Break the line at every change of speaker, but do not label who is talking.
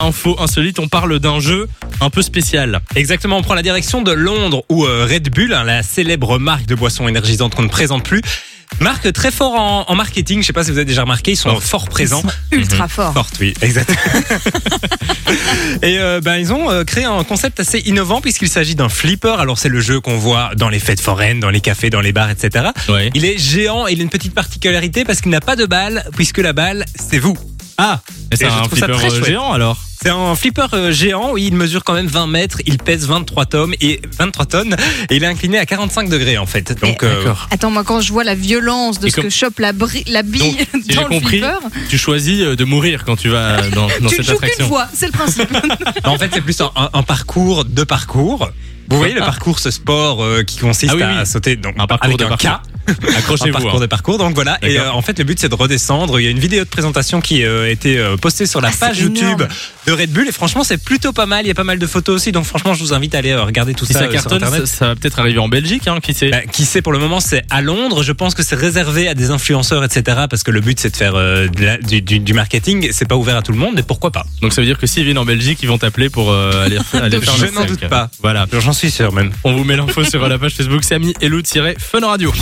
info insolite, on parle d'un jeu un peu spécial.
Exactement, on prend la direction de Londres où euh, Red Bull, hein, la célèbre marque de boissons énergisantes qu'on ne présente plus, marque très fort en, en marketing. Je sais pas si vous avez déjà remarqué, ils sont
Fort.
fort présents.
Ultra
Mhm.
fort.
Forte, oui, exactement. et euh, ben, ils ont euh, créé un concept assez innovant puisqu'il s'agit d'un flipper. Alors c'est le jeu qu'on voit dans les fêtes foraines, dans les cafés, dans les bars, etc.
Ouais.
Il est géant et il a une petite particularité parce qu'il n'a pas de balle puisque la balle, c'est vous. Ah,
Et c'est
Et je
un
trouve ça
flipper
très
euh,
chouette.
géant alors.
c'est un flipper euh, géant, oui, il mesure quand même 20 mètres, il pèse 23 tomes et 23 tonnes et il est incliné à 45 degrés en fait. Donc
Eh,
Et-
euh,
Attends, moi, quand je vois la violence de
Et
ce
comme-
que chope la, bri- la bille
Donc, si j'ai
dans le
compris,
flipper,
tu choisis euh, de mourir quand tu vas euh, dans, dans
tu ne
cette
joues qu'une
attraction.
fois, c'est le principe.
bah, en fait, c'est plus un, un- un parcours de parcours. Vous voyez le parcours ce sport euh, qui consiste
Ah oui,
à
oui.
sauter donc
Un parcours
avec
de
un
parcours.
K. un
Accrochez-vous.
parcours
hein.
de parcours. Donc voilà. Et
D'accord.
euh, en fait, le but c'est de redescendre. Il y a une vidéo de présentation qui euh, a été euh, postée sur la
Ah, c'est
page YouTube
énorme.
de Red Bull. Et franchement, c'est plutôt pas mal. Il y a pas mal de photos aussi. Donc franchement, je vous invite à aller euh, regarder tout
Si
ça,
ça
euh, sur
cartonne,
Internet.
ça, ça va peut-être arriver en Belgique, hein, qui sait.
Bah, qui sait pour le moment c'est à Londres. Je pense que c'est réservé à des influenceurs, etc. Parce que le but c'est de faire euh, de la- du, du- du marketing. C'est pas ouvert à tout le monde, mais pourquoi pas
Donc ça veut dire que s'ils viennent en Belgique, ils vont t'appeler pour euh, aller, aller
Je
faire le
n'en
cinq.
doute pas.
Voilà.
J'en suis sûr même.
On vous met l'info sur la page Facebook Samy Hello-Fun Radio.